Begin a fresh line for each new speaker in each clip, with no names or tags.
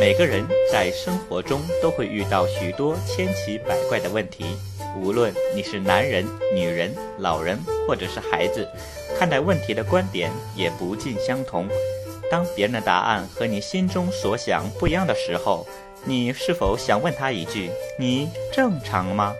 每个人在生活中都会遇到许多千奇百怪的问题，无论你是男人、女人、老人或者是孩子，看待问题的观点也不尽相同。当别人的答案和你心中所想不一样的时候，你是否想问他一句：“你正常吗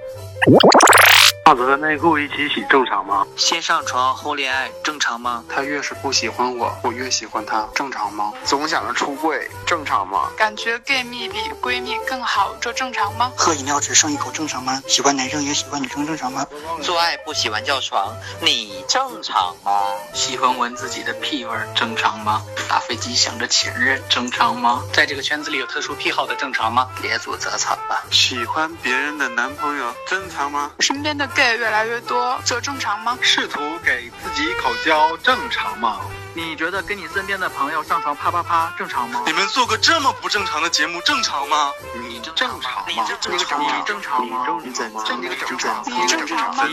袜子和内裤一起洗正常吗？
先上床后恋爱正常吗？
他越是不喜欢我，我越喜欢他，正常吗？总想着出柜，正常吗？
感觉 gay 蜜比闺蜜更好，这正常吗？
喝饮料只剩一口正常吗？喜欢男生也喜欢女生正常吗？
嗯做爱不喜欢叫床，你正常吗？
喜欢闻自己的屁味儿正常吗？打飞机想着前任正常吗？在这个圈子里有特殊癖好的正常吗？别组则惨吧。
喜欢别人的男朋友正常吗？
身边的 gay 越来越多，这正常吗？
试图给自己口交正常吗？
你觉得跟你身边的朋友上床啪啪啪正常吗？
你们做个这么不正常的节目正常吗？
你正常吗？
你正常吗？
你正常吗？
你正
常
你正常吗？
你正常吗？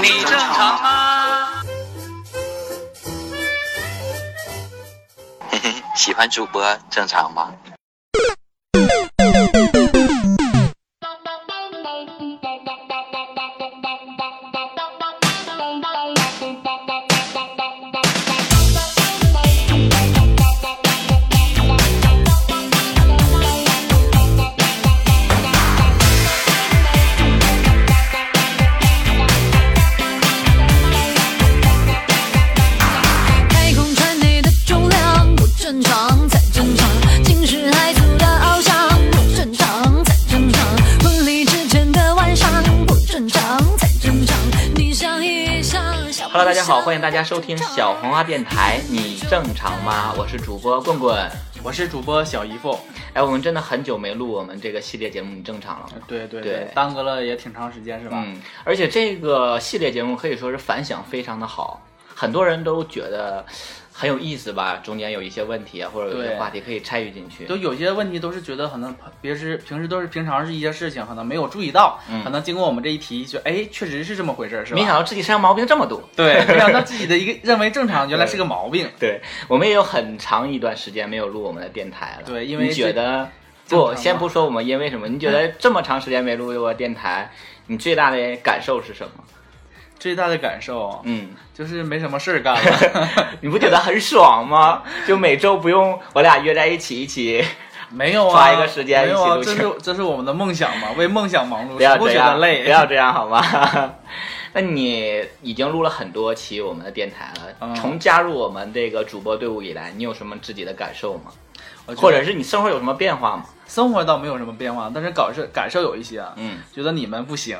你正常吗？嘿嘿，喜欢主播正常吗？
太空船内的重量不正常才正常，惊世骇俗的翱翔不正常才正常，婚礼之前的晚上不正常才正常。你想一想，想不
？”Hello，大家好，
想
欢迎大家收听小黄花电台，你正常吗？我是主播棍棍。
我是主播小姨夫。
哎，我们真的很久没录我们这个系列节目，你正常了吗？
对对
对
耽搁了也挺长时间是吧？
嗯，而且这个系列节目可以说是反响非常的好，很多人都觉得很有意思吧，中间有一些问题啊，或者有一些
对
话题可以参与进去
都。有些问题都是觉得可能别是平时都是平常是一些事情，可能没有注意到，
嗯
可能经过我们这一提，就哎确实是这么回事儿是吧？
没想到自己身上毛病这么多。
对，没想到自己的一个认为正常原来是个毛病。
对我们也有很长一段时间没有录我们的电台了。
对因为
你觉得
这正
不
常吗
先不说我们因为什么，你觉得这么长时间没录过电台，你最大的感受是什么？
最大的感受
嗯，
就是没什么事儿干了。
你不觉得很爽吗？就每周不用我俩约在一起一起。
没 有啊，
抓一个时间
没有啊，
一起
这
录
是这是我们的梦想嘛，为梦想忙碌，
不要
谁不
这
觉
样，
得累。
不要这样好吗？ 那你已经录了很多期我们的电台了，
嗯
从加入我们这个主播队伍以来，你有什么自己的感受吗？
我觉得
或者是你生活有什么变化吗？
生活倒没有什么变化，但是感受感受有一些，啊
嗯，
觉得你们 不行，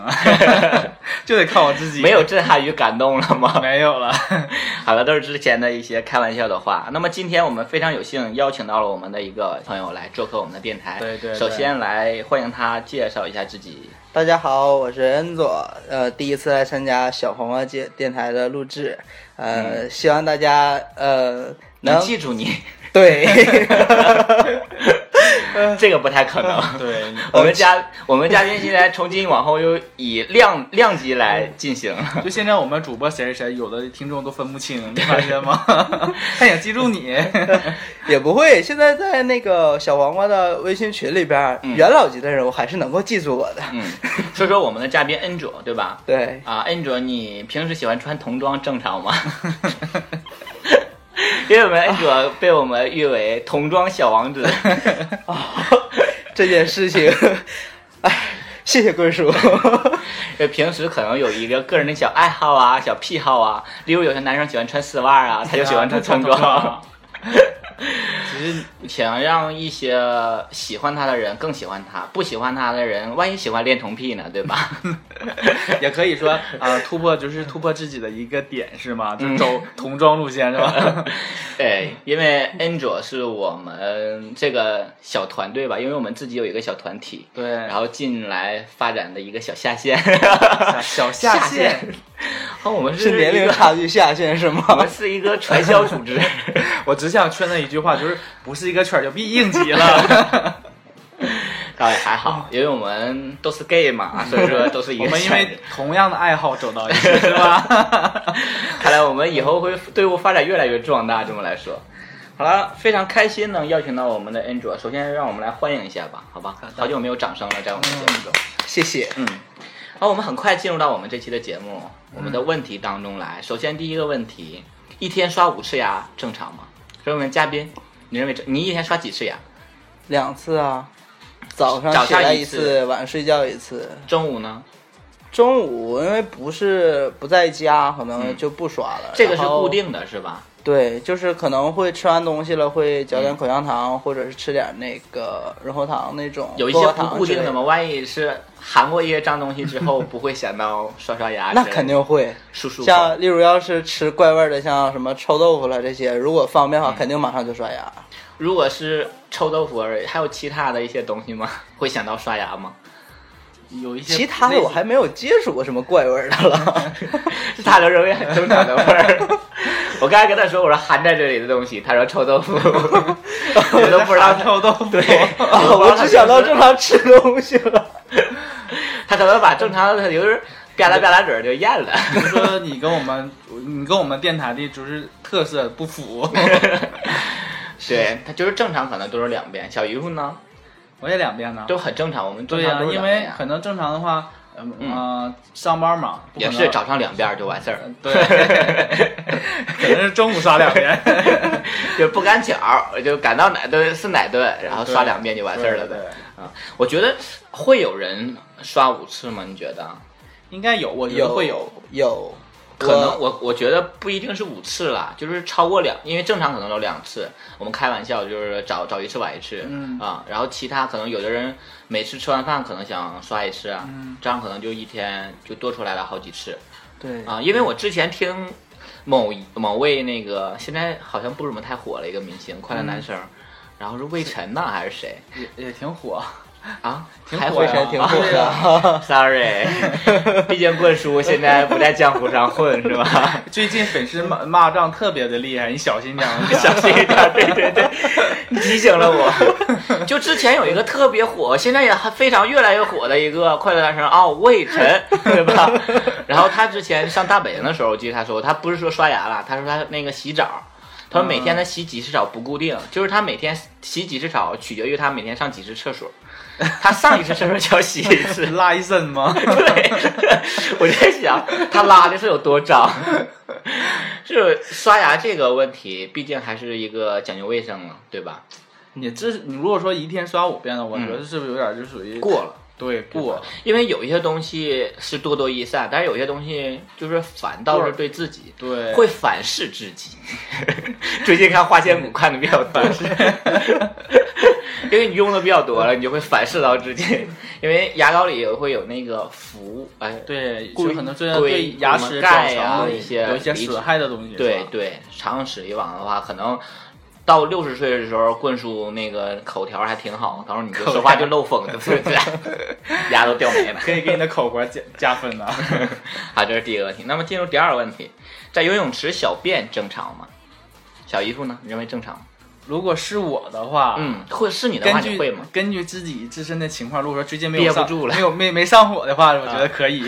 就得靠我自己。
没有，震撼与感动了吗？
没有了。
好了，都是之前的一些开玩笑的话。那么今天我们非常有幸邀请到了我们的一个朋友来做客我们的电台。
对对对
首先来欢迎他介绍一下自己。
大家好，我是恩佐，呃，第一次来参加小黄瓜电电台的录制，呃，希望大家呃
能
能
记住嗯你，
对，
这个不太可能。
对，
我们嘉我们嘉宾现在从今往后又以量量级来进行。
就现在我们主播谁谁谁，有的听众都分不清，你发现 吗？他想记住你，
也不会。现在在那个小黄瓜的微信群里边，
嗯
元老级的人物还是能够记住我的。
嗯，说说我们的嘉宾恩卓，对吧？
对，
啊，恩卓，你平时喜欢穿童装正常 吗？因为我们恩卓被我们誉为童装小王 子。哦
这件事情，哎，谢谢贵叔。
就平时可能有一个个人的小爱好啊、小癖好啊，例如有些男生喜欢穿丝袜啊，他就喜欢穿童
对啊他穿
装
童。其实
想让一些喜欢他的人更喜欢他，不喜欢他的人，万一喜欢恋童癖呢，对 吧？
也可以说啊、突破就是突破自己的一个点是吗？就是走童装路线是吧？
对，因为 Angel 是我们这个小团队吧，因为我们自己有一个小团体，
对，
然后进来发展的一个小 下线，
小下
下
线
线。然后我们
是年
一
龄
个，
差距下限是
我
吗
们？是一个传销组 织。
我只想劝他一句话，就是不是一个圈儿就别硬挤 了。
倒也还好，因为我们都是 gay 嘛，所以说都是一
我
个
们因
圈
为
子。
同样的爱好走 到一起，是吧？
看来我们以后会队伍发展越来越壮大，这么来说。好了，非常开心能邀请到我们的恩卓。首先让我们来欢迎一下吧，好吧？好久没有掌声了，在我们节目中。
谢谢。
嗯，好，我们很快进入到我们这期的节目，我们的问题当中来。首先第一个问题，一天刷五次牙正常吗？所以我们嘉宾，你认为这你一天刷几次牙？
两次啊，早上
早
起
上
来
一
一
次
次，晚上睡觉一次。
中午呢？
中午因为不是不在家，可能
嗯
就不刷了。
这个是
然后
固定的，是吧？嗯
对，就是可能会吃完东西了，会嚼点口香糖，或者是吃点那个润喉糖那种
有一
薄荷
些不
糖
固
之
定
类
的
的
嘛，？万一是含过一些脏东西之后，不会想到刷刷牙，
那肯定会。
漱漱口。
像例如要是吃怪味儿的，像什么臭豆腐了这些，如果方便的
嗯
话，肯定马上就刷牙。
如果是臭豆腐而已，还有其他的一些东西吗？ 会想到刷牙吗？
有一些
其他的我还没有接触过什么怪味儿的了。
是他都认为很正常的味儿。 我刚才跟他说，我说含在这里的东东西，他说臭豆 腐，我都不知 道臭豆腐。对，
啊，
不知
我
道他
只想到
平时
正常吃东西了。
他可能把正常的就是吧啦吧啦嘴儿就咽了。
比如说你跟我们， 你跟我们电台的就是特色不符。
对他就是正常，可能都是两遍。小姨夫呢，
我也两遍呢。
都很正常。我们正
对呀、
常都是
因
两遍
为
呀
可能正常的话，嗯、
嗯
呃上班嘛，不可
也
能
是早上两遍儿就完事儿了。
对，可能是中午刷两遍，
就不赶巧儿，就赶到哪顿是哪顿，然后刷两遍就完事儿了
对
呗。啊
对
我觉得会有人刷五次吗？你觉得？
应该有，我觉得会有
有。有，
可能
我
我我觉得不一定是五次啦，就是超过两，因为正常可能都两次。我们开玩笑就是早早一次晚一次，
嗯
啊，然后其他可能有的人每次吃完饭可能想刷一次啊，
嗯
这样可能就一天就多出来了好几次
对
啊。因为我之前听某某位那个现在好像不怎么太火了一个明星，快乐男生，然后是魏晨呐还是谁
嗯也也挺火，
啊？
挺
还
火
火
之前
呀
挺火
啊
的 啊。
Sorry，毕竟棍叔现在不在江湖上混是吧？
最近粉 丝骂骂仗特别的厉害，你小心点儿。
小心一点，对对 对，你提醒了我。就之前有一个特别火，现在也非常越来越火的一个快乐男生哦，魏晨，对吧？然后他之前上大本营的时候，我记得他说，他不是说刷牙了，他说他那个洗澡。他说每天他洗几次澡不固定，就是他每天洗几次澡取决于他每天上几次厕所，他上一次厕所就要洗一次，
拉一身吗？
对，我就在想他拉的是有多脏。 就是刷牙这个问题，毕竟还是一个讲究卫生了，对吧？嗯
你这是你如果说一天刷五遍的，我觉得是不是有点就属于
过了，
对过了
因为有一些东西是多多益善，但是有些东西就是反倒是对自己，
对
会反噬自己。 最近看花千骨看的比较多，因为你用的比较多了，你就会反噬到自己。 因为牙膏里也会有那个氟，哎，
对，
故
就
意
很多这
故意
对牙
我
齿
们
表
钙
层
啊
有
一些
有一些
离子
损害的东西。
对
是吧，
对，长此以往的话，可能到六十岁的时候，棍叔那个口条还挺好，到时候你就说话就漏风了， 对不对？牙都掉没了。
可以给你的口活加加分呢。
好，这是第一个问题。那么进入第二个问题，在游泳池小便正常吗？小姨夫呢？你认为正常吗？
如果是我的话，。
嗯，或者是你的话，
根
你
据
会吗？
根据自己自身的情况，如果说最近没
憋
有
不
上
住了
没有没没上火的话，我觉得可 以。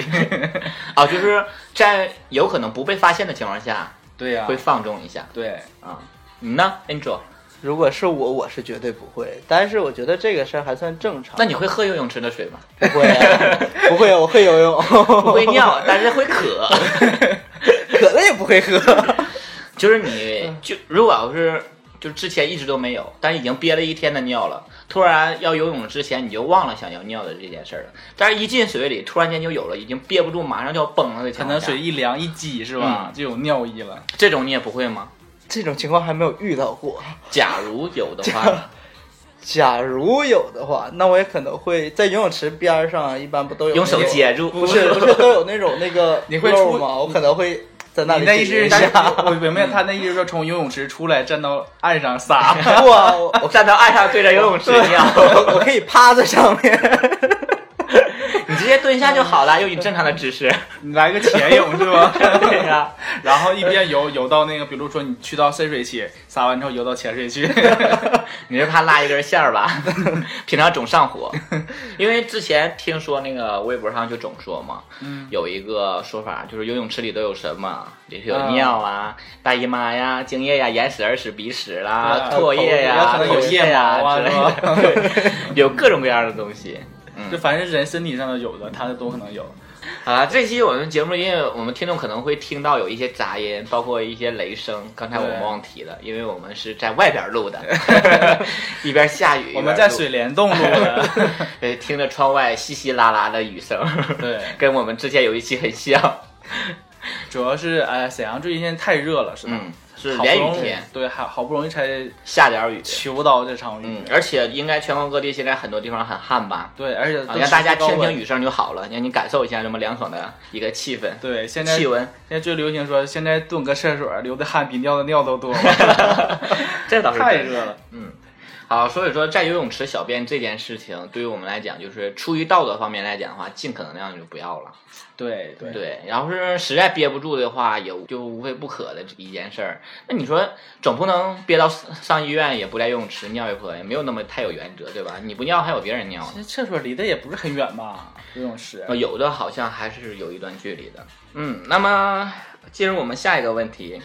啊，就是在有可能不被发现的情况下，
对呀、
会放纵一下
对，
啊。你呢，Angel？
如果是我，我是绝对不会。但是我觉得这个事儿还算正常。
那你会喝游泳池的水吗？
不会、啊？不会啊，我会游泳，
不会尿，但是会渴。
可乐也不会喝。
就是你就如果要是就之前一直都没有，但已经憋了一天的尿了，突然要游泳之前你就忘了想要尿的这件事儿了，但是一进水里突然间就有了，已经憋不住，马上就要崩了的
可
情况
能
下，
水一凉一激是吧，就有尿意了。
嗯这种你也不会吗？
这种情况还没有遇到过。
假如有的话呢，
假如有的话，那我也可能会在游泳池边儿上，一般不都有
用手
那种
接住
不是不是都有那种那个
你会
漏
出
吗？我可能会在那里
你那
解
意思
决
是
一下
想，。我我明白他那意思是说从游泳池出来站到岸上撒。
不啊，我
我 站到岸上对着游泳池尿，
我我可以趴在上面。
你直接蹲下就好了，用你正常的姿势。
你来个潜泳是 吧？
对 呀、
然后一边游游到那个，比如说你去到深水区，撒完之后游到浅水区，
你是怕拉一根线儿吧？平常总上火， 因为之前听说那个微博上就总说嘛，
嗯
有一个说法就是游泳池里都有什么，也是有尿啊、大姨妈呀、精液呀、眼屎、耳屎、鼻屎啦、
啊
唾液
有
呀、
可能有
口
腋
液呀
毛啊
之类的，对， 有各种各样的东西。嗯
就反正人身体上的有的，他的都可能有。
好了，这期我们节目，因为我们听众可能会听到有一些杂音，包括一些雷声。刚才我们
对
忘提了，因为我们是在外边录 的， 一边下雨，
我们
一
在
边录
水帘洞录的，
对，听着窗外稀稀拉拉的雨声，
对
跟我们之前有一期很像，
主要是哎呀，沈阳最近太热了，是吧？
嗯，是
好不
连
容易
雨天，
对，好好不容易才
下点儿雨，
求到这场雨
嗯，，而且应该全国各地现在很多地方很旱吧，
对，而且都
啊，让大家
持续高
听听
温。
雨声就好了，让你感受一下这么凉爽的一个气氛。
对，现在
气温，
现在最流行说，现在蹲个厕所，流的汗比尿的尿都多，
这倒是
太
真的
热了。
好，所以说在游泳池小便这件事情，对于我们来讲，就是出于道德方面来讲的话，尽可能量就不要了。
对对
对，然后是实在憋不住的话，也就无非不可的一件事儿。那你说，总不能憋到上上医院也不在游泳池尿一泼，也没有那么太有原则，对吧？你不尿还有别人尿呢。
其实厕所离得也不是很远吧，游泳池。
呃有的好像还是有一段距离的。嗯，那么进入我们下一个问题，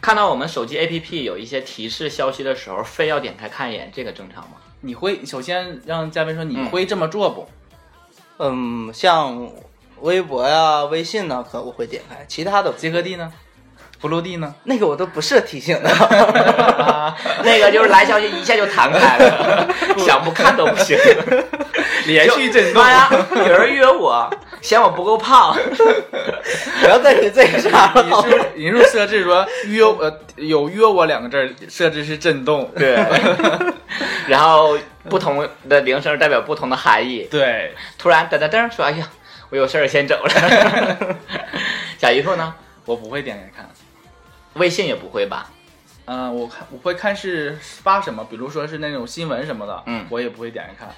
看到我们手机 APP 有一些提示消息的时候，非要点开看一眼，这个正常吗？
你会首先让嘉宾说你会这么做不？
嗯，像微博呀、微信呢，可能我会点开，其他的
结合地呢？不落地呢？
那个我都不设提醒的。
那个就是来消息一下就弹开了，想不看都不行。
连续震动
妈，呀！有人约我，嫌我不够胖，
不要再提这个啥了，
你是不是你是不是设置说约我呃有约我两个字儿，设置是震动。
对。然后不同的铃声代表不同的含义。
对，
突然噔噔噔说：“哎呀，我有事儿先走 了。”小姨夫呢？
我不会点开看。
微信也不会吧？
嗯、我看我会看是发什么，比如说是那种新闻什么的，
嗯
我也不会点开看，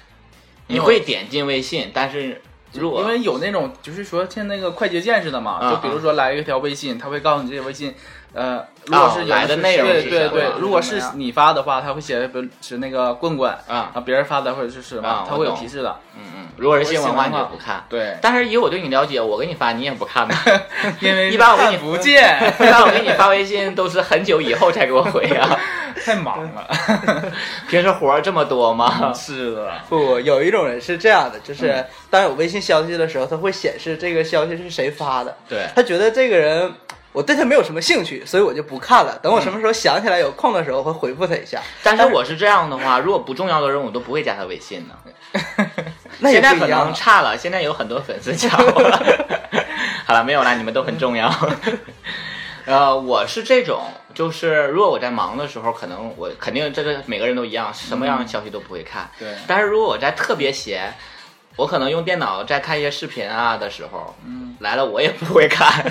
你会点进微信，但是如果
因为有那种就是说像那个快捷键似的嘛，
嗯
就比如说来一条微信，他会告诉你这些微信，呃，如果是有
哦来的内容是
对
什
对
么
对， 如果是
什么呀
你发的话，他会写比如是那个棍棍
啊
啊，别人发的或者是 什
啊
么，他
我
会有
懂
提示的，
嗯嗯，如果是新闻的话，
如果
你
是新闻的话
就不看。
对，
但是以我对你了解，我给你 发你也不看吧？
因为
一般我给你
看不见，
一般我给你发微信都是很久以后才给我回 啊。
太忙了，
平时活儿这么多吗？
是的，嗯
不，有一种人是这样的，就是当有微信消息的时候，他会显示这个消息是谁发的。
对
他觉得这个人我对他没有什么兴趣，所以我就不看了。等我什么时候想起来有空的时候，我会回复他一下。
但是我是这样的话，如果不重要的人，我都不会加他微信的。
那也
现在
不
可
一样
能
了。
差了，现在有很多粉丝加我了。好了，没有啦，你们都很 重要。呃，我是这种，就是如果我在忙的时候，可能我肯定这个每个人都一样，什么样的消息都不会看。
嗯
对
但是如果我在特别闲，我可能用电脑在看一些视频啊的时候，
嗯，
来了我也不会看，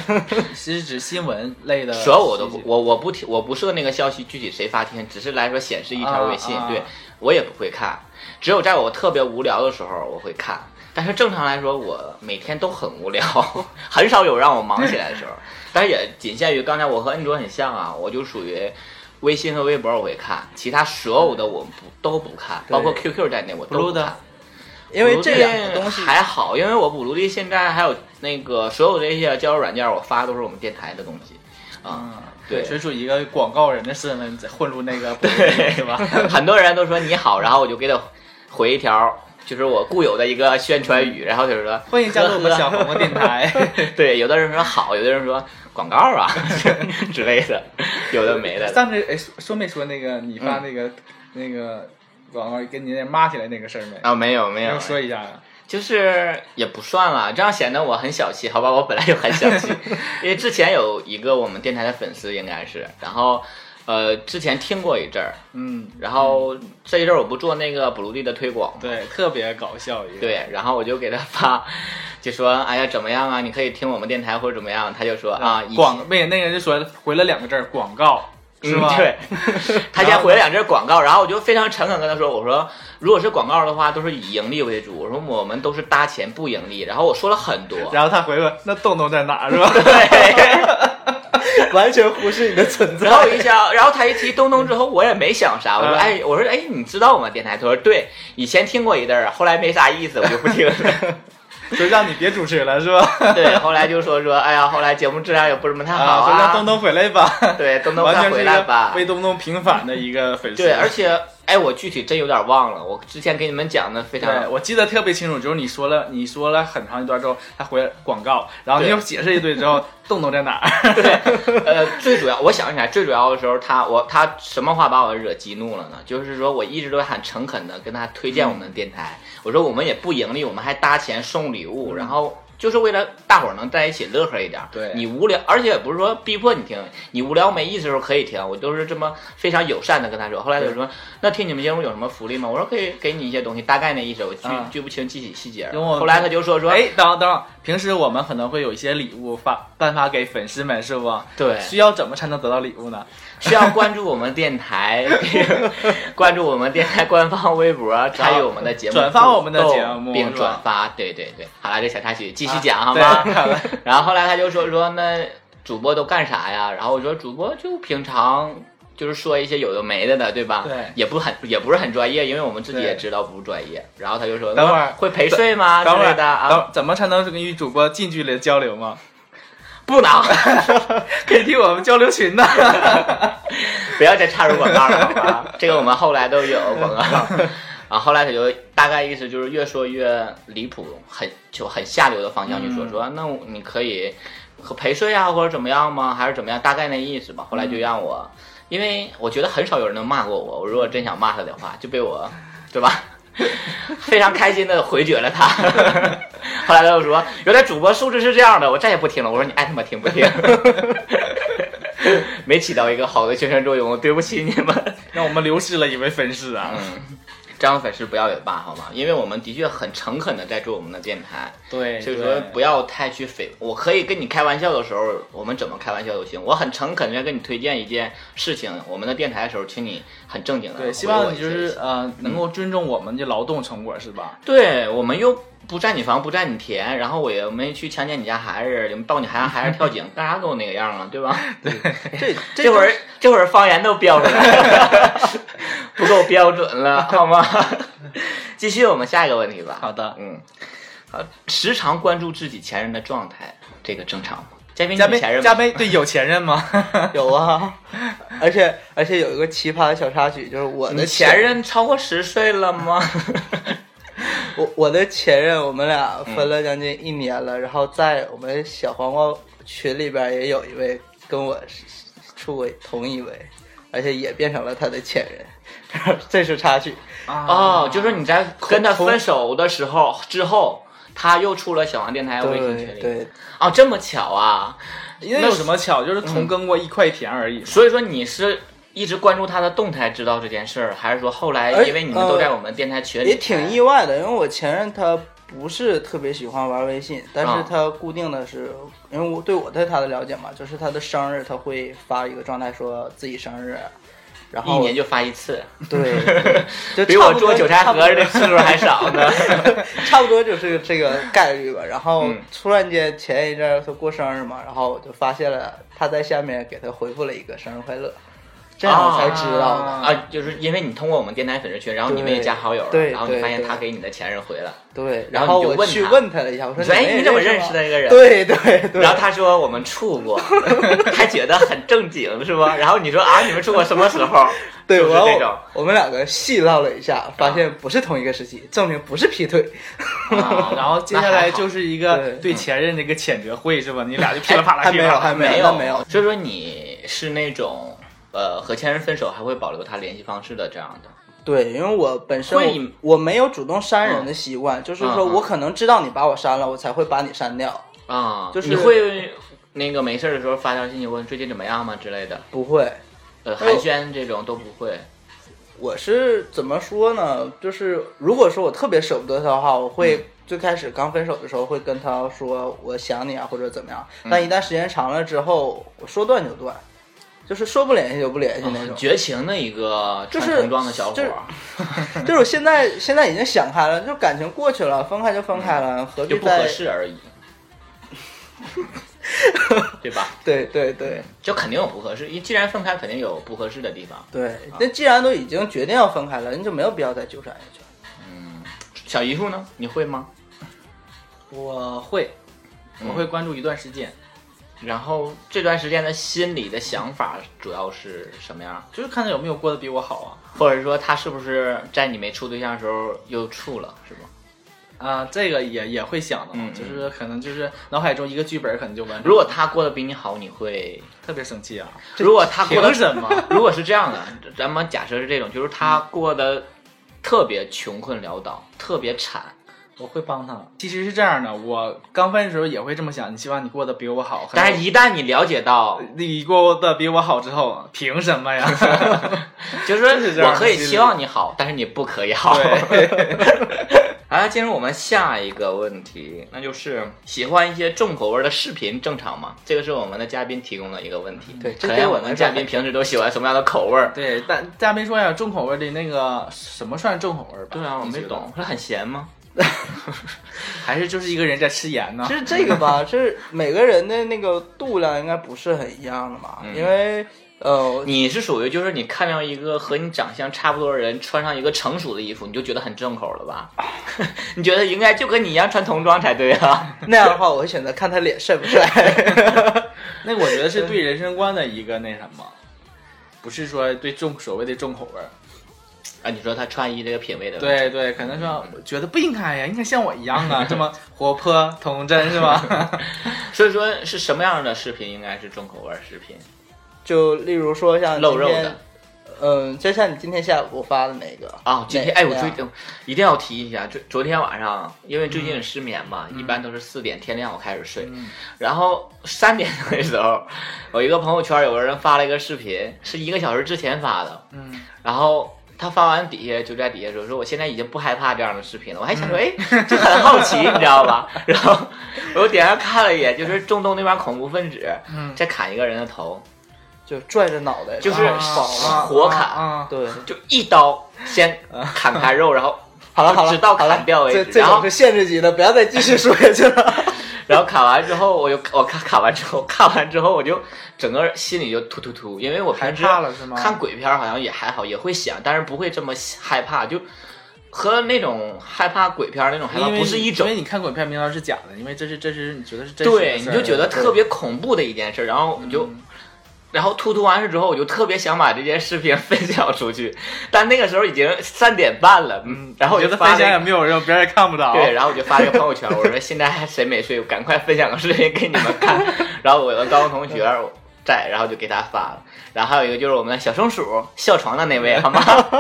是指新闻类的，
所有我都不，我我不听，我不设那个消息具体谁发听，只是来说显示一条微信，
啊啊
对我也不会看。只有在我特别无聊的时候，我会看。但是正常来说，我每天都很无聊， 很少有让我忙起来的时候。但是也仅限于刚才我和恩卓很像啊，我就属于微信和微博我会看，其他所有的我不都不看，包括 QQ 在内我都
blue
不
的
看。
因为这两个
东
东
西
西，
还好，因为我补录力现在还有那个所有这些交友软件，我发的都是我们电台的东西啊。
嗯，
对
纯属一个广告人的身份在混入那个，
对
是吧？
很多人都说你好，然后我就给他回一条，就是我固有的一个宣传语，然后就是说
欢迎加入我们
呵呵
小黄瓜 电台。
对，有的人说好，有的人说广告啊 之类的，有的没的。
上次哎，说
嗯
说没说那个你发那个、那个广告跟你那骂起来那个事儿没？
啊、没有没有
要，说一下啊。
就是也不算了，这样显得我很小气，好吧？我本来就很小 气，因为之前有一个我们电台的粉丝应该是，然后呃之前听过一阵儿，
嗯，
然后这一阵儿我不做那个补录地的推广嘛，
对，特别搞笑一个。
对，然后我就给他发，就说哎呀怎么样啊？你可以听我们电台或者怎么样？他就说啊，以前
广没那个人就说回了两个字儿广告，是吗？
嗯 对，他先回了两阵广告，然后我就非常诚恳跟他说，我说如果是广告的话，都是以盈利为主，我说我们都是搭钱不盈利，然后我说了很多，
然后他回问那洞洞 在哪是吧？
完全忽视你的存在。
然后我一想，然后他一提东东之后，我也没想啥，我说
嗯
哎，我说哎，你知道我们电台？他说对，以前听过一阵儿，啊后来没啥意思，我就不听了。
就让你别主持了是吧？
对，后来就说说，哎呀，后来节目质量也不是么太好
啊，说让东东回来吧，
对，东东
完
快
全是
回
一
来
个
吧。
为东东平反的一个粉丝。
对，而且哎，我具体真有点忘了，我之前给你们讲的非常
对，我记得特别清楚，就是你说了，你说了很长一段之后，他回广告，然后你
对
又解释一堆 之后，洞洞在哪儿？
呃，最主要，我想起来，最主要的时候，他我他什么话把我惹激怒了呢？就是说我一直都很诚恳的跟他推荐我们电台，
嗯
我说我们也不盈利，我们还搭钱送礼物，然后。就是为了大伙儿能在一起乐呵一点儿。
对
你无聊，而且也不是说逼迫你听，你无聊没意思的时候可以听。我都是这么非常友善的跟他说。后来他就说：“那听你们节目有什么福利吗？”我说：“可以给你一些东西，大概那意思。”我记
啊
记不清具体细节了。
因为我
后来他就说说：“
哎，等等，平时我们可能会有一些礼物发颁发给粉丝们，是不？
对
需要怎么才能得到礼物呢？
需要关注我们电台， 关注我们电台官方微博，参与我们的节目，
转发我们的节目
并
是吧
转发。对对对，好了，这小插曲继续
啊
讲、好
对
吗？
好了
然后后来他就说说那主播都干啥呀？然后我说主播就平常。就是说一些有的没的的，对吧？
对
也不很也不是很专业，因为我们自己
对
也知道不专业。然后他就说，
等会儿
会陪睡吗？
等会
之
儿
类的啊，
等怎么才能与主播近距离交流吗？
不能，
可以替我们交流群 呢。
不要再插入广告了，好吧？这个我们后来都有广告。啊，后来他就大概意思就是越说越离谱，很就很下流的方向去说，
嗯
说那我你可以和陪睡啊，或者怎么样吗？还是怎么样？大概那意思吧。后来就让我，因为我觉得很少有人能骂过我，我如果真想骂他的话，就被我，对吧？ 非常开心的回绝了他。 后来他就说，原来主播素质是这样的，我再也不听了。我说你爱他妈听不听， 没起到一个好的宣传作用，对不起你们。
让我们流失了一位粉丝啊！
嗯，这样的粉丝不要也罢，好吗？因为我们的确很诚恳的在做我们的电台，
对
所以
对
说不要太去诽。我可以跟你开玩笑的时候，我们怎么开玩笑都行。我很诚恳的跟你推荐一件事情，我们的电台的时候，请你很正经的。
对，希望你就是呃能够尊重我们的劳动成果，是吧？
对我们又不占你房，不占你田，然后我也没去强奸你家孩子，也没抱你孩子孩子跳井，干啥跟我那个样啊，对吧？
这
这会儿这会儿方言都标出来了， 不够标准了，好吗？ 继续我们下一个问题吧。
好的，
嗯，好，时常关注自己前任的状态，这个正常吗？嘉宾，
嘉
你
宾
前任吗
嘉宾对有前 任吗？
有啊，而且而且有一个奇葩的小插曲，就是我
你
的
前任超过十岁了吗？
我我的前任，我们俩分了将近一年了，然后在我们小黄瓜群里边也有一位跟我是处过同一位，而且也变成了他的前任， 这是插曲。嗯
哦，就是你在跟他分手的时候之后，他又出了小王电台微信群
对
里。
对，
哦，这么巧啊！
因为有什么巧，就是
嗯
同耕过一块田而已。
所以说你是一直关注他的动态知道这件事儿，还是说后来
哎
因为你们都在我们电台群里、
也挺意外的，因为我前任他不是特别喜欢玩微信，但是
啊
他固定的是，因为我对我对他的了解嘛，就是他的生日他会发一个状态说自己生日，然
一
后
年就发一次，
对， 对就
比
差
我
不
做
多
韭菜盒子的次数还少呢。
差不多就是这个概率吧。然后
嗯
突然间前一阵儿他过生日嘛，然后我就发现了他在下面给他回复了一个生日快乐，这样我才知道的。
啊，就是因为你通过我们电台粉丝群，然后你们也加好友了，
呃对对
然后你发现
对
他给你的前任回了，
对，
然后
后
你就
我
问
去
他
问他了一下，我说
你说哎
你
你怎么
么
认识的
的
那个人
对对对。
然后他说我们处 过，还觉得很正经是吧？然后你说啊，你们处过什么时候？
对，
就是
然后
这种
我们两个细唠了一下，发现不是同一个时期，证明不是劈腿。
啊然后接下来就是一个
对
对前任的一个谴责会是吧？你俩就噼里啪啦
还
噼
没
里
有，
啪
还
啦。
没
有
那没有。
所以说你是那种呃和前任分手还会保留他联系方式的这样的。
对，因为我本身
会
我我没有主动删人的习惯，就是说
嗯嗯
我可能知道你把我删了，我才会把你删掉。
啊，
就是
你会那个没事儿的时候发条信息问最近怎么样吗之类的，
不会，
呃，
哎呦
寒暄这种都不会。
我是怎么说呢？就是如果说我特别舍不得他的话，我
嗯
会最开始刚分手的时候会跟他
嗯
说我想你啊，或者怎么样。但一旦时间长了之后，我说断就断。就是说不联系就不联系
嗯
那种。
绝情的一个
就
穿
是
童装的小伙
就是
儿，
就是我现在现在已经想开了，就感情过去了，分开就分开
嗯
了，何必
就不合
再
适而已，对吧？
对对对
嗯
就肯定有不合适，因为既然分开，肯定有不合适的地方。
对，那既然都已经决定要分开了，你就没有必要再纠缠下去了。
小姨夫呢？你会吗？ 嗯
我会，我会关注一段时间，
然后这段时间的心里的想法主要是什么样？
就是看他有没有过得比我好啊。
或者说他是不是在你没处对象的时候又处了，是吗？
啊、这个也也会想的嘛，
嗯
就是可能就是脑海中一个剧本可能就完成。
如果他过得比你好，你会
特别生气啊，
如果他过得
凭什么？ 嗯
如果是这样的，咱们假设是这种，就是他过得特别穷困潦倒，特别惨，
我会帮他。其实是这样的，我刚分的时候也会这么想，你希望你过得比我好。
但是一旦你了解到，
你过得比我好之后，凭什么呀？
就是
这
说
样
我可以
的心理
期望你好，但是你不可以好。啊，进入我们下一个问题，那就是喜欢一些重口味的视频正常吗？这个是我们的嘉宾提供的一个问题。
对这
可
对
能
我
我
来
们
说
嘉宾平时都喜欢什么样的口味儿？
对，但嘉宾说呀，重口味的那个什么算重口味吧？对
啊，我没懂，它很咸吗？
还是就是一个人在吃盐 呢？
就是这 个吧，就是每个人的那个度量应该不是很一样的嘛，
嗯
因为呃，
你是属于就是你看到一个和你长相差不多的人穿上一个成熟的衣服，你就觉得很正口了吧？ 你觉得应该就跟你一样穿童装才对啊？
那样的话，我会选择看他脸帅不帅。
那我觉得是对人生观的一个那什么，不是说对重所谓的 重口味儿。
啊，你说他穿衣这个品味的问题，
对对，可能说觉得不应该呀，应该像我一样啊，这 么活泼童真是吧？
所以说是什么样的视频应该是重口味儿视频？
就例如说
呃
像
露肉
今天
的，
嗯，就像你今天下午给我发的那个
啊，今天
那
哎，我
那
最
样
近一定要提一下，昨昨天晚上，因为最近失眠嘛，
嗯
一般都是四点天亮我开始睡，然后三点的时候，我一个朋友圈有个人发了一个视频，是一个小时之前发的，
嗯，
然后他发完底下就在底下说说我现在已经不害怕这样的视频了，我还
嗯
想说哎，就很好奇，你知 道吧？然后我又点开看了一眼，就是中东那边恐怖分子
嗯
在砍一个人的头，
就拽着脑袋，啊
就是
然后绑了
活砍。
啊，
对，
就一刀先砍开肉，然后
好了好了
直到
好了
砍掉为
这
止，
这
然
种
后
是限制级的，不要再继续说下去了。
然后砍完之后，我就我看砍完之后，看完之后我就整个心里就突突突，因为我平时
害怕了 是吗
看鬼片儿好像也还好，也会想，但是不会这么害怕，就和那种害怕鬼片儿那种害怕
因为
不是一种
因。为你看鬼片明知道是假的，因为这是这是你觉得是真实的
对，
事
你
儿
就觉得特别恐怖的一件事儿，然后我就，然后突突完事之后，我就特别想把这件视频 分享出去，但那个时候已经三点半了，嗯，然后我
觉
就
得
发
分
了一
享
个
也没有用，别人也看不着。
对，然后我就发了个朋友圈，我说现 在哎谁没睡，我赶快分享个视频给你们 看。然后我的高中同学在，然后就给他发了。然后还有一个就是我们的小松鼠笑床的那位，好吗？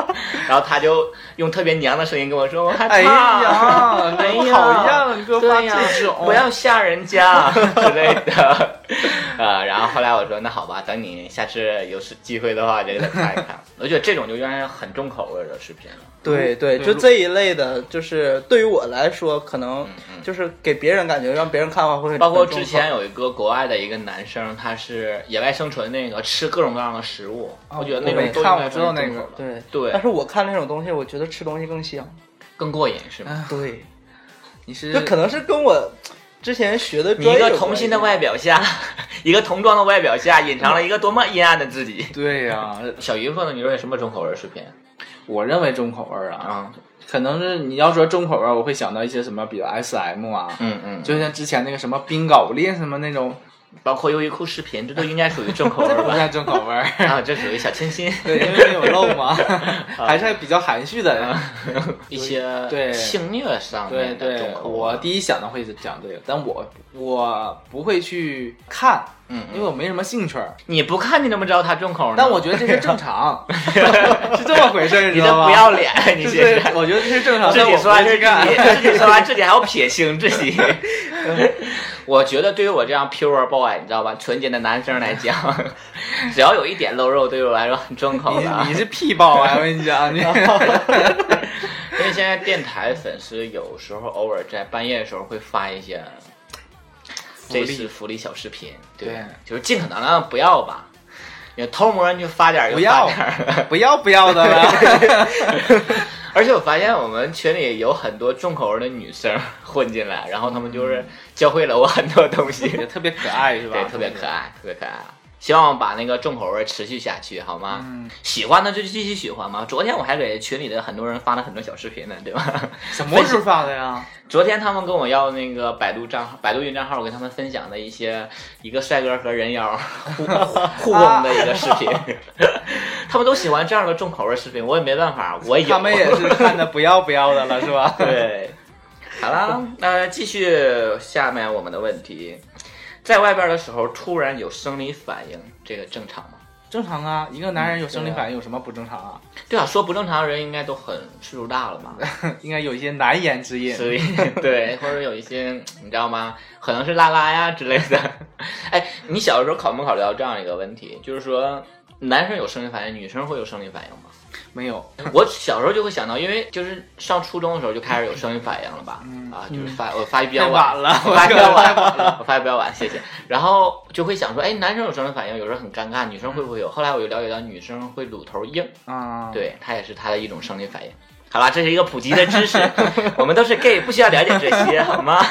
然后他就用特别娘的声音跟我说：“我啊害怕，
哎呀，
哎
多
呀，
讨厌，你给我发
对呀
这种，
不要吓人家 之类的。”呃，然后后来我说：“那好吧，等你下次有时机会的话，就给他看一看。”我觉得这种就应该是很重口味的视频了。
对
对
对，就
录
这一类的，就是对于我来说，可能就是给别人感觉，让别人看完会很
嗯包括
重
之
口
前有一个国外的一个男生，他是野外生存那个吃各种各样的食物，哦我觉得那
我
种
没
都应
看
该
我知
算
道
是
那
重
个
口了
对
对
但是我看那种东西，我觉得吃东西更香。
更过瘾是吗？
对，
你是
就可能是跟我之前学的
你
专
一
业有
个
关
童心的
系
外表下， 一个童装的外表下，隐藏了一个多么阴暗的自己。
对呀、
小姨夫呢？你说有什么重口味视频
我认为重口味儿啊，
啊？
可能是你要说重口味儿，我会想到一些什么，比如 S M 啊，
嗯嗯，就
就像之前那个什么冰镐链什么那种，
包括优衣库视频，这都应该属于重口味
不
吧？
算重口味儿。
啊，这属于小清新，
对，因为没有肉嘛， 还是比较含蓄的。
啊一些
对
性虐 上
对
面的
对
重，口味。
我第一想到会是讲这个，但我我不会去看，
嗯
因为我没什么兴趣儿。
你不看你怎么知道他重口呢？
但我觉得这是正常，是 这么回 事儿，
你
知
这
道吗？
不要脸，你
就是
这是。
我觉得这是正常，
自
但
己
我
说完
不
自
会去
己，
看。
自己说完自己还要撇清自己。 我觉得对于我这样 pure boy，你知道吧，纯洁的男生来 讲，只要有一点露肉，对于我来说很重口的啊
你。你是屁包啊！我跟你 讲，你
因为现在电台粉丝有时候偶尔在半夜的时候会发一些这
利
是福利小视频，对，
对
就是尽可能的不要吧。你偷摸你就发点儿就
不
发
要
点儿，
不要不要的 了。
而且我发现我们群里有很多重口味的女生混进来，然后她们
嗯
就是教会了我很多 东西，
特别可爱是吧
对，特别可爱，特别可爱。希望把那个重口味持续下去，好吗？
嗯
喜欢的就继续喜欢嘛。昨天我还给群里的很多人发了很多小视频呢，对吧？
什么时候发的
啊
呀？
昨天他们跟我要那个百度账号、百度云账号，我跟他们分享的一些一个帅哥和人妖 互互攻的一个视 频， 他们都喜欢这样的重口味视频，我也没办法，我有。
他们也是看的不要不要的了是 吧？
对，好 了，那继续下面我们的问题，在外边的时候突然有生理反应，这个正常吗？
正常啊，一个男人有生理反应有什么不正常啊？
对啊，说不正常的人应该都很岁数大了 嘛，
应该有一些难言之隐。
所以对，或者有一些你知道吗？可能是拉拉呀之类的。 哎，你小时候考没考虑到这样一个问题，就是说男生有生理反应，女生会有生理反应吗？
没有，
我小时候就会想到，因为就是上初中的时候就开始有生理反应了吧？啊，就是发我发育比较
嗯太晚了
我发育比较晚，我发育比较晚，谢谢。然后就会想说，哎，男生有生理反应，有时候很尴尬，女生会不会有？后来我就了解到，女生会乳头硬，
啊，
对，它也是她的一种生理反应。好啦，这是一个普及的 知识，我们都是 gay，不需要了解这些，好吗？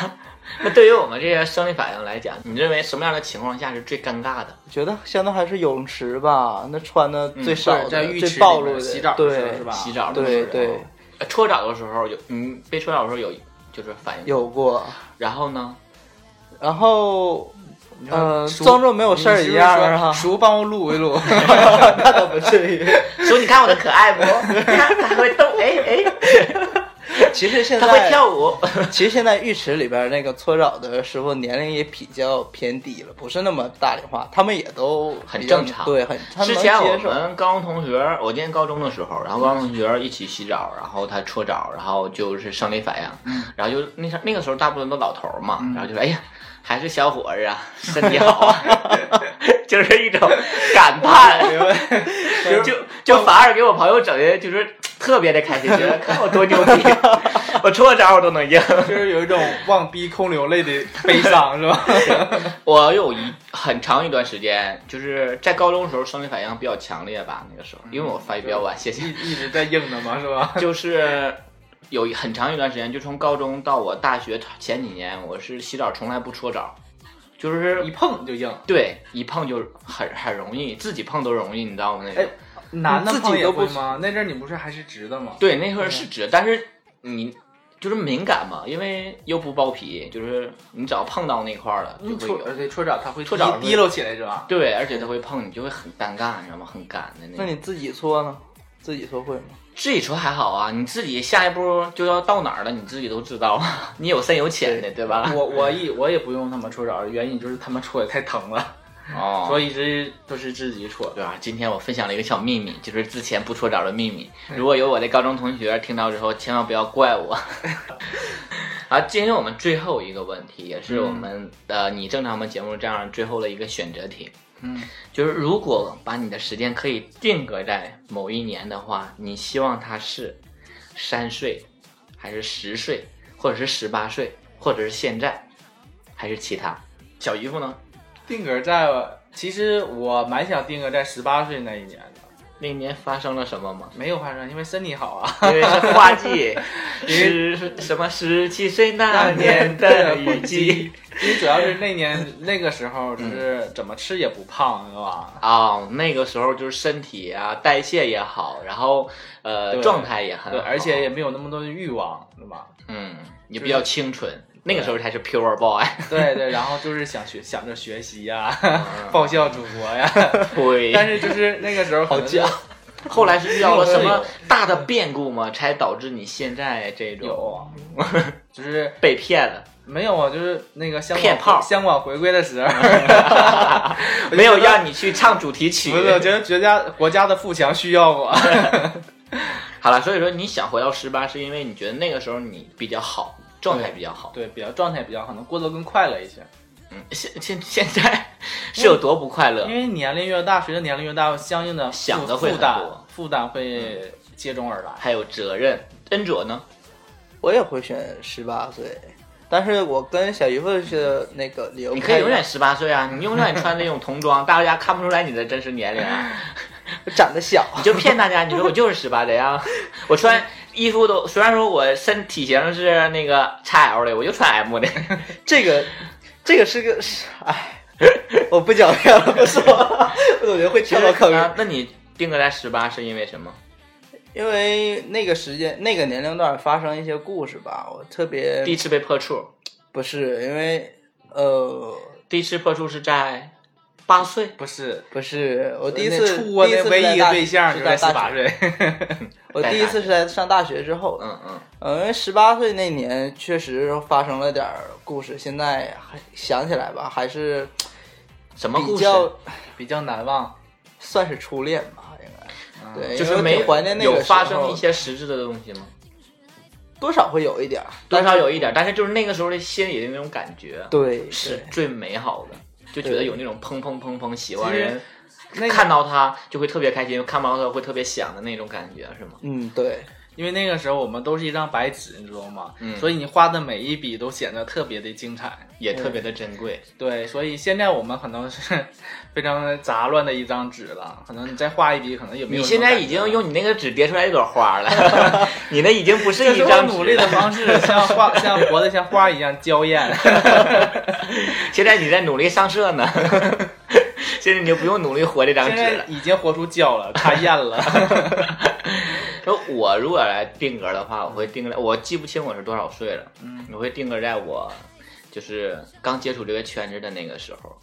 那对于我们这些生理反应来讲，你认为什么样的情况下是最尴尬的？
我觉得相当还是泳池吧，那穿的最少
嗯对
的、
在浴
最
池
暴
里面
露的，
洗澡的
对
时候是吧洗澡的时
对
候
对，
呃搓澡的时候有，嗯，被搓澡的时候有就是反应，
有过。
然后呢？
然后，
说
呃，
叔
装作没有事儿一样
哦
啊
你是
儿
不是
哈
说。叔帮我撸一撸，
那倒不至于。
叔，你看我的可爱不？他他会动，哎哎，
其实现在
他会跳舞。
其实现在浴池里边那个搓澡的师傅年龄也比较偏低了，不是那么大龄化，他们也都
很
比较
正常
对，很他们
之
能
前我
接受
们高中同学，我念高中的时候，然后高中同学一起洗澡，然后他搓澡，然后就是生理反应，
嗯
然后就那时候那个时候大部分都老头儿嘛，然后就说哎呀，还是小伙 儿啊，身体好啊，就是一种感叹，就就就反而给我朋友整的就是特别的开心，觉得看我多牛 逼，我搓澡我都能赢。
就是 有一种望逼空流泪的悲伤是吧？
我有一很长一段时间，就是在高中的时候生理反应比较强烈吧，那个时候，因为我发育比较晚，谢谢。
一直在硬的嘛是吧？
就是有很长一段时间，就从高中到我大学前几年，我是洗澡从来不搓澡，就是
一碰就硬，
对一碰就很很容易，自己碰都容易，你知道吗？那种、
哎 男的
自己
碰也
都不
会吗？那阵儿你不是还是直的吗？
对那会儿是指，但是你就是敏感嘛，因为又不包皮，就是你只要碰到那块儿了就
嗯
会
搓，
有。
而且搓澡它会
搓澡
滴滴溜起来是吧？
对，而且它会碰你，就会很尴尬，你知道吗？很干的那种。
那你自己搓呢？自己搓会吗？
自己说还好啊，你自己下一步就要到哪儿了，你自己都知道， 你有深有浅的，对吧？
我我一我也不用他们搓澡，原因就是他们搓也太疼了，
哦，
所以一直都是自己搓。
对吧？今天我分享了一个小秘密，就是之前不搓澡的秘密。如果有我的高中同学听到之后，千万不要怪我。 好，今天我们最后一个问题，也是我们呃你正常们节目这样最后的一个选择题。
嗯，
就是如果把你的时间可以定格在某一年的话，你希望它是三岁，还是十岁，或者是十八岁，或者是现在，还是其他？小姨夫呢？
定格在，其实我蛮想定格在十八岁那一年的，
那年发生了什么吗？
没有发生，因为身体好啊。
因为是花 季，
因
十什么十七岁那年的雨季。
因为主要是那年那个时候，就是怎么吃也不胖，是吧？
哦，那个时候就是身体啊，代谢也好，然后呃
对
状态也很
对，
好，
而且也没有那么多的欲望，是吧？
嗯也比较清纯，那个时候才是 pure boy。
对对，然后就是想学，想着学习呀、
嗯
报效祖国呀。
哎对，
但是就是那个时候可能就
好
后来是遇到了什么大的变故吗？才导致你现在这种
有啊，就是
被骗了，
没有啊，就是那个香
骗炮啊
港香港回归的时候，
没有让你去唱主题曲
不。是，我觉得国家国家的富强需要我。
好了，所以说你想回到十八，是因为你觉得那个时候你比较好，状态比较好。
对，比较状态比较好，能过得更快乐一些。
嗯，现现现在是有多不快乐
因？为年龄越大，随着年龄越大，相应的负
想得会
负
很
担
多嗯
负担会接踵而来。
还有责任，恩卓呢？
我也会选十八岁，但是我跟小姨夫是那个理由不
你
太一样，
可以永远十八岁啊，你永远穿那种童装，大家看不出来你的真实年龄啊。
长得小，
你就骗大家，你说我就是十八，怎样？我穿衣服都虽然说我身体型是那个 XL 的，我就穿 M 的。
这个这个是个是，哎，我不狡辩了，不说了，我总觉得会跳到坑里。
啊那你定格在十八是因为什么？
因为那个时间、那个年龄段发生一些故事吧，我特别
第一次被破处，
不是因为呃，
第一次破处是在八岁，
不是
不是我
我
第一次
处过
第一
的
次
唯一一个对象
是
就
在
在
大
十
学
八岁，
我第一次是在上大学之后，
嗯嗯，
呃，因为十八岁那年确实发生了点儿故事，现在还想起来吧，还是
什么
比
故事
较
比较难忘，
算是初恋吧，应该。对，
啊就
因为
是
我
没
挺怀念那个
有发
时候
生一些实质的东西吗？
多少会有一点儿，
多少有一点，但是就是那个时候的心里的那种感觉，
对
是
对
最美好的，就觉得有那种砰砰砰砰喜欢
其实
人，
那个
看到他就会特别开心，看不到他会特别想的那种感觉，是吗？
嗯，对，
因为那个时候我们都是一张白纸，你知道吗？
嗯
所以你画的每一笔都显得特别的精彩。
也特别的珍贵。
对，所以现在我们可能是 非常杂乱的一张纸了，可能你再画一笔，可能也没有。
你现在已经用你那个纸叠出来一朵 花了，你那已经不是
这
一
是我
张纸
努力的方式， 像画像活得像花一样娇艳。
现在你在努力上色呢， 现在你就不用努力活这张
现
纸
在
了。
已经活出娇了，她艳了。
那我如果来定格的话，我会定格，我记不清我是多少岁了，
嗯
我会定格在我就是刚接触这个圈子的那个时候，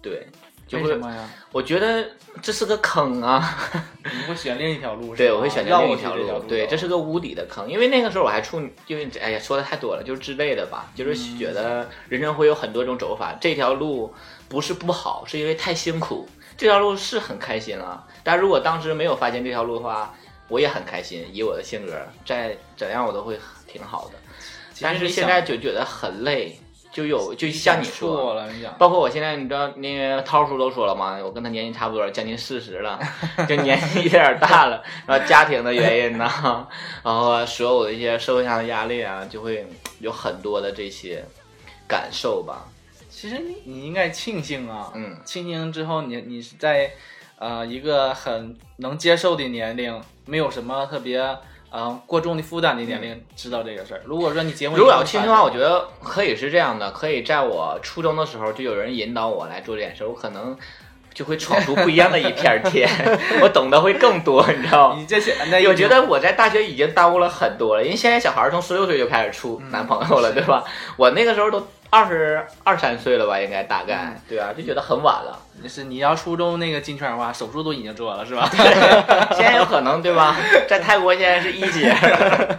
对，就
为
会
什么呀？
我觉得这是个坑啊，
你会选另一条路是吧？
对，我会选择另一条
绕过去这
路
走，
对，这是个无底的坑，因为那个时候我还处，因为哎呀说的太多了，就是之类的吧，就是
嗯
觉得人生会有很多种走法，这条路不是不好，是因为太辛苦，这条路是很开心啊，但如果当时没有发现这条路的话，我也很开心，以我的性格，再怎样我都会挺好的，
其实
但是
你想
现在就觉得很累，就有就像你说
错了，你想
包括我现在，你知道那个涛叔都说了嘛，我跟他年纪差不多，将近四十了，就年纪有点大了，然后家庭的原因呐、然后所有的一些社会上的压力啊，就会有很多的这些感受吧。
其实你你应该庆幸啊，
嗯
庆幸之后你你是在，呃，一个很能接受的年龄，没有什么特别呃过重的负担的年龄，知道这个事儿。如果说你结婚以
如
后，
果要庆幸的话，我觉得可以是这样的，可以在我初中的时候就有人引导我来做这件事，我可能就会闯出不一样的一片天， 我懂得会更多，你知道吗
你？这些，那
我觉得我在大学已经耽误了很多了，因为现在小孩儿从十六岁就开始处男朋友了，对吧？我那个时候都二十二三岁了吧，应该大概，对啊，就觉得很晚了。
你是你要初中那个进圈的话，手术都已经做了是吧？
现在有可能对吧？在泰国现在是一姐，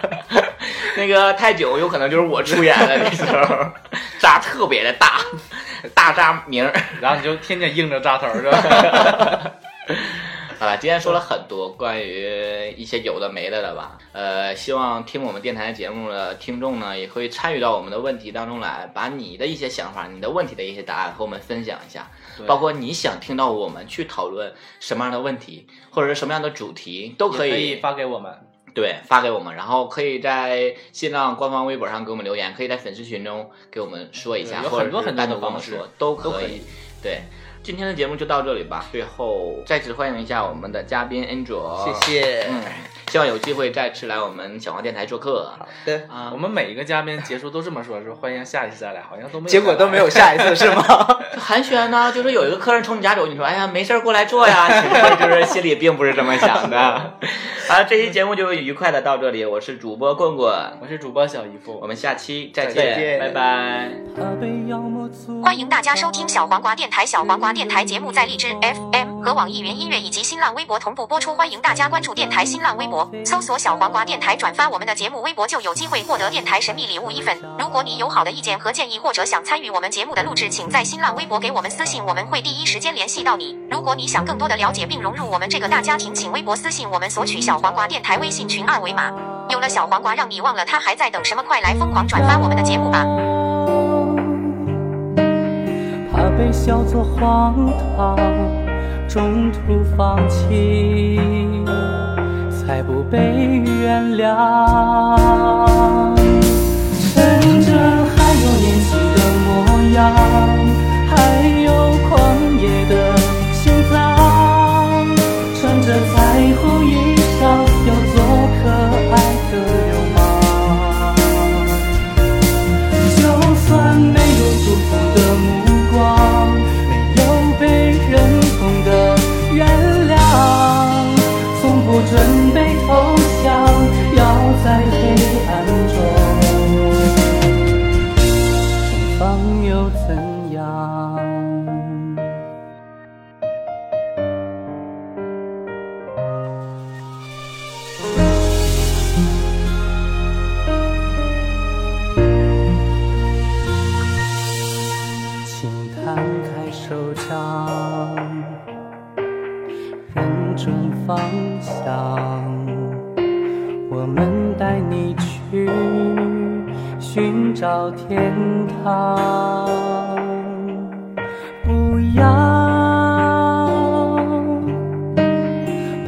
那个泰囧有可能就是我出演的那时候， 渣特别的大，大渣名儿。
然后你就天天硬着扎头儿是吧？
好了，今天说了很多关于一些有的没的的吧。呃，希望听我们电台节目的听众呢，也会参与到我们的问题当中来，把你的一些想法、你的问题的一些答案和我们分享一下，包括你想听到我们去讨论什么样的问题，或者是什么样的主题，都 可
可
以
以发给我们。
对发给我们，然后可以在新浪官方微博上给我们留言，可以在粉丝群中给我们说一下，
对有
或者
很多
是
很多
单
种
独跟我们
方式
说，都
都可以
对，今天的节目就到这里吧。最后再次欢迎一下我们的嘉宾 N 卓，
谢。谢。
嗯，希望有机会再次来我们小黄电台做客。
好的，
啊，
我们每一个嘉宾结束都这么说，说欢迎下一次再来，好像都没有
结果都没有下一次是吗？
寒暄呢， 就是有一个客人从你家走，你说哎呀没事儿过来坐呀，其实 就是心里并不是这么 想的。啊，这期节目就愉快的到这里，我是主播棍棍，
我是主播小姨夫，
我们下期再见，
再见
拜拜。
欢迎大家收听小黄瓜电台。小黄瓜电台节目在荔枝 FM 和网易云音乐以及新浪微博同步播出，欢迎大家关注电台新浪微博，搜索“小黄瓜电台”，转发我们的节目微博就有机会获得电台神秘礼物一份。如果你有好的意见和建议，或者想参与我们节目的录制，请在新浪微博给我们私信，我们会第一时间联系到你。如果你想更多的了解并融入我们这个大家庭，请微博私信我们索取小黄瓜电台微信群二维码。有了小黄瓜，让你忘了它还在等什么，快来疯狂转发我们的节目吧！
怕被笑作荒唐，中途放弃，才不被原谅。趁着还
荡，还有狂野的心脏，穿着彩虹衣裳，要做可爱的流氓。就算没有祝福的目光，没有被人痛的原谅，从不准备投降，要在黑暗中。盛放又怎样？请摊开手掌，认准方向，我们带你去寻找天堂。不要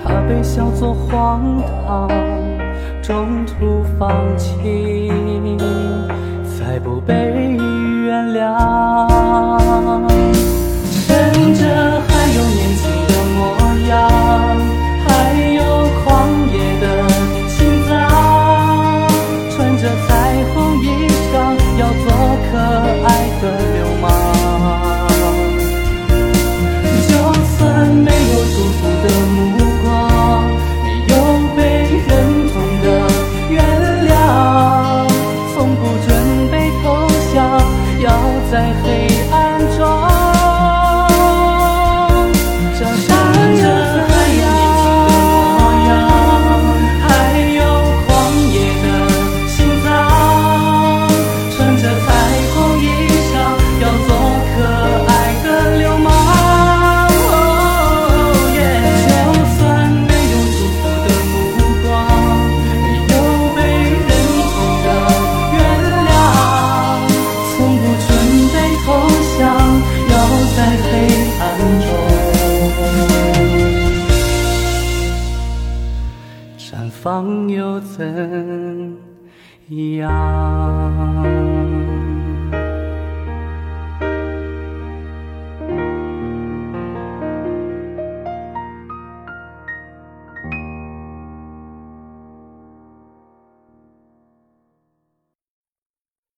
怕被笑作荒唐，中途放弃。才不被原谅。趁着还有年轻的模样，还有狂野的心脏，穿着彩虹衣裳，要做可爱的流氓。就算没有祝福的目光，没有被认同的原谅，从不准备投降，要在黑暗中找闪着太阳，还有狂野的心脏，穿着彩虹衣裳，要做可爱的流氓。哦耶就算没有祝福的目光，没有被认同的原谅，从不准备投降，要在黑暗中绽放又怎样？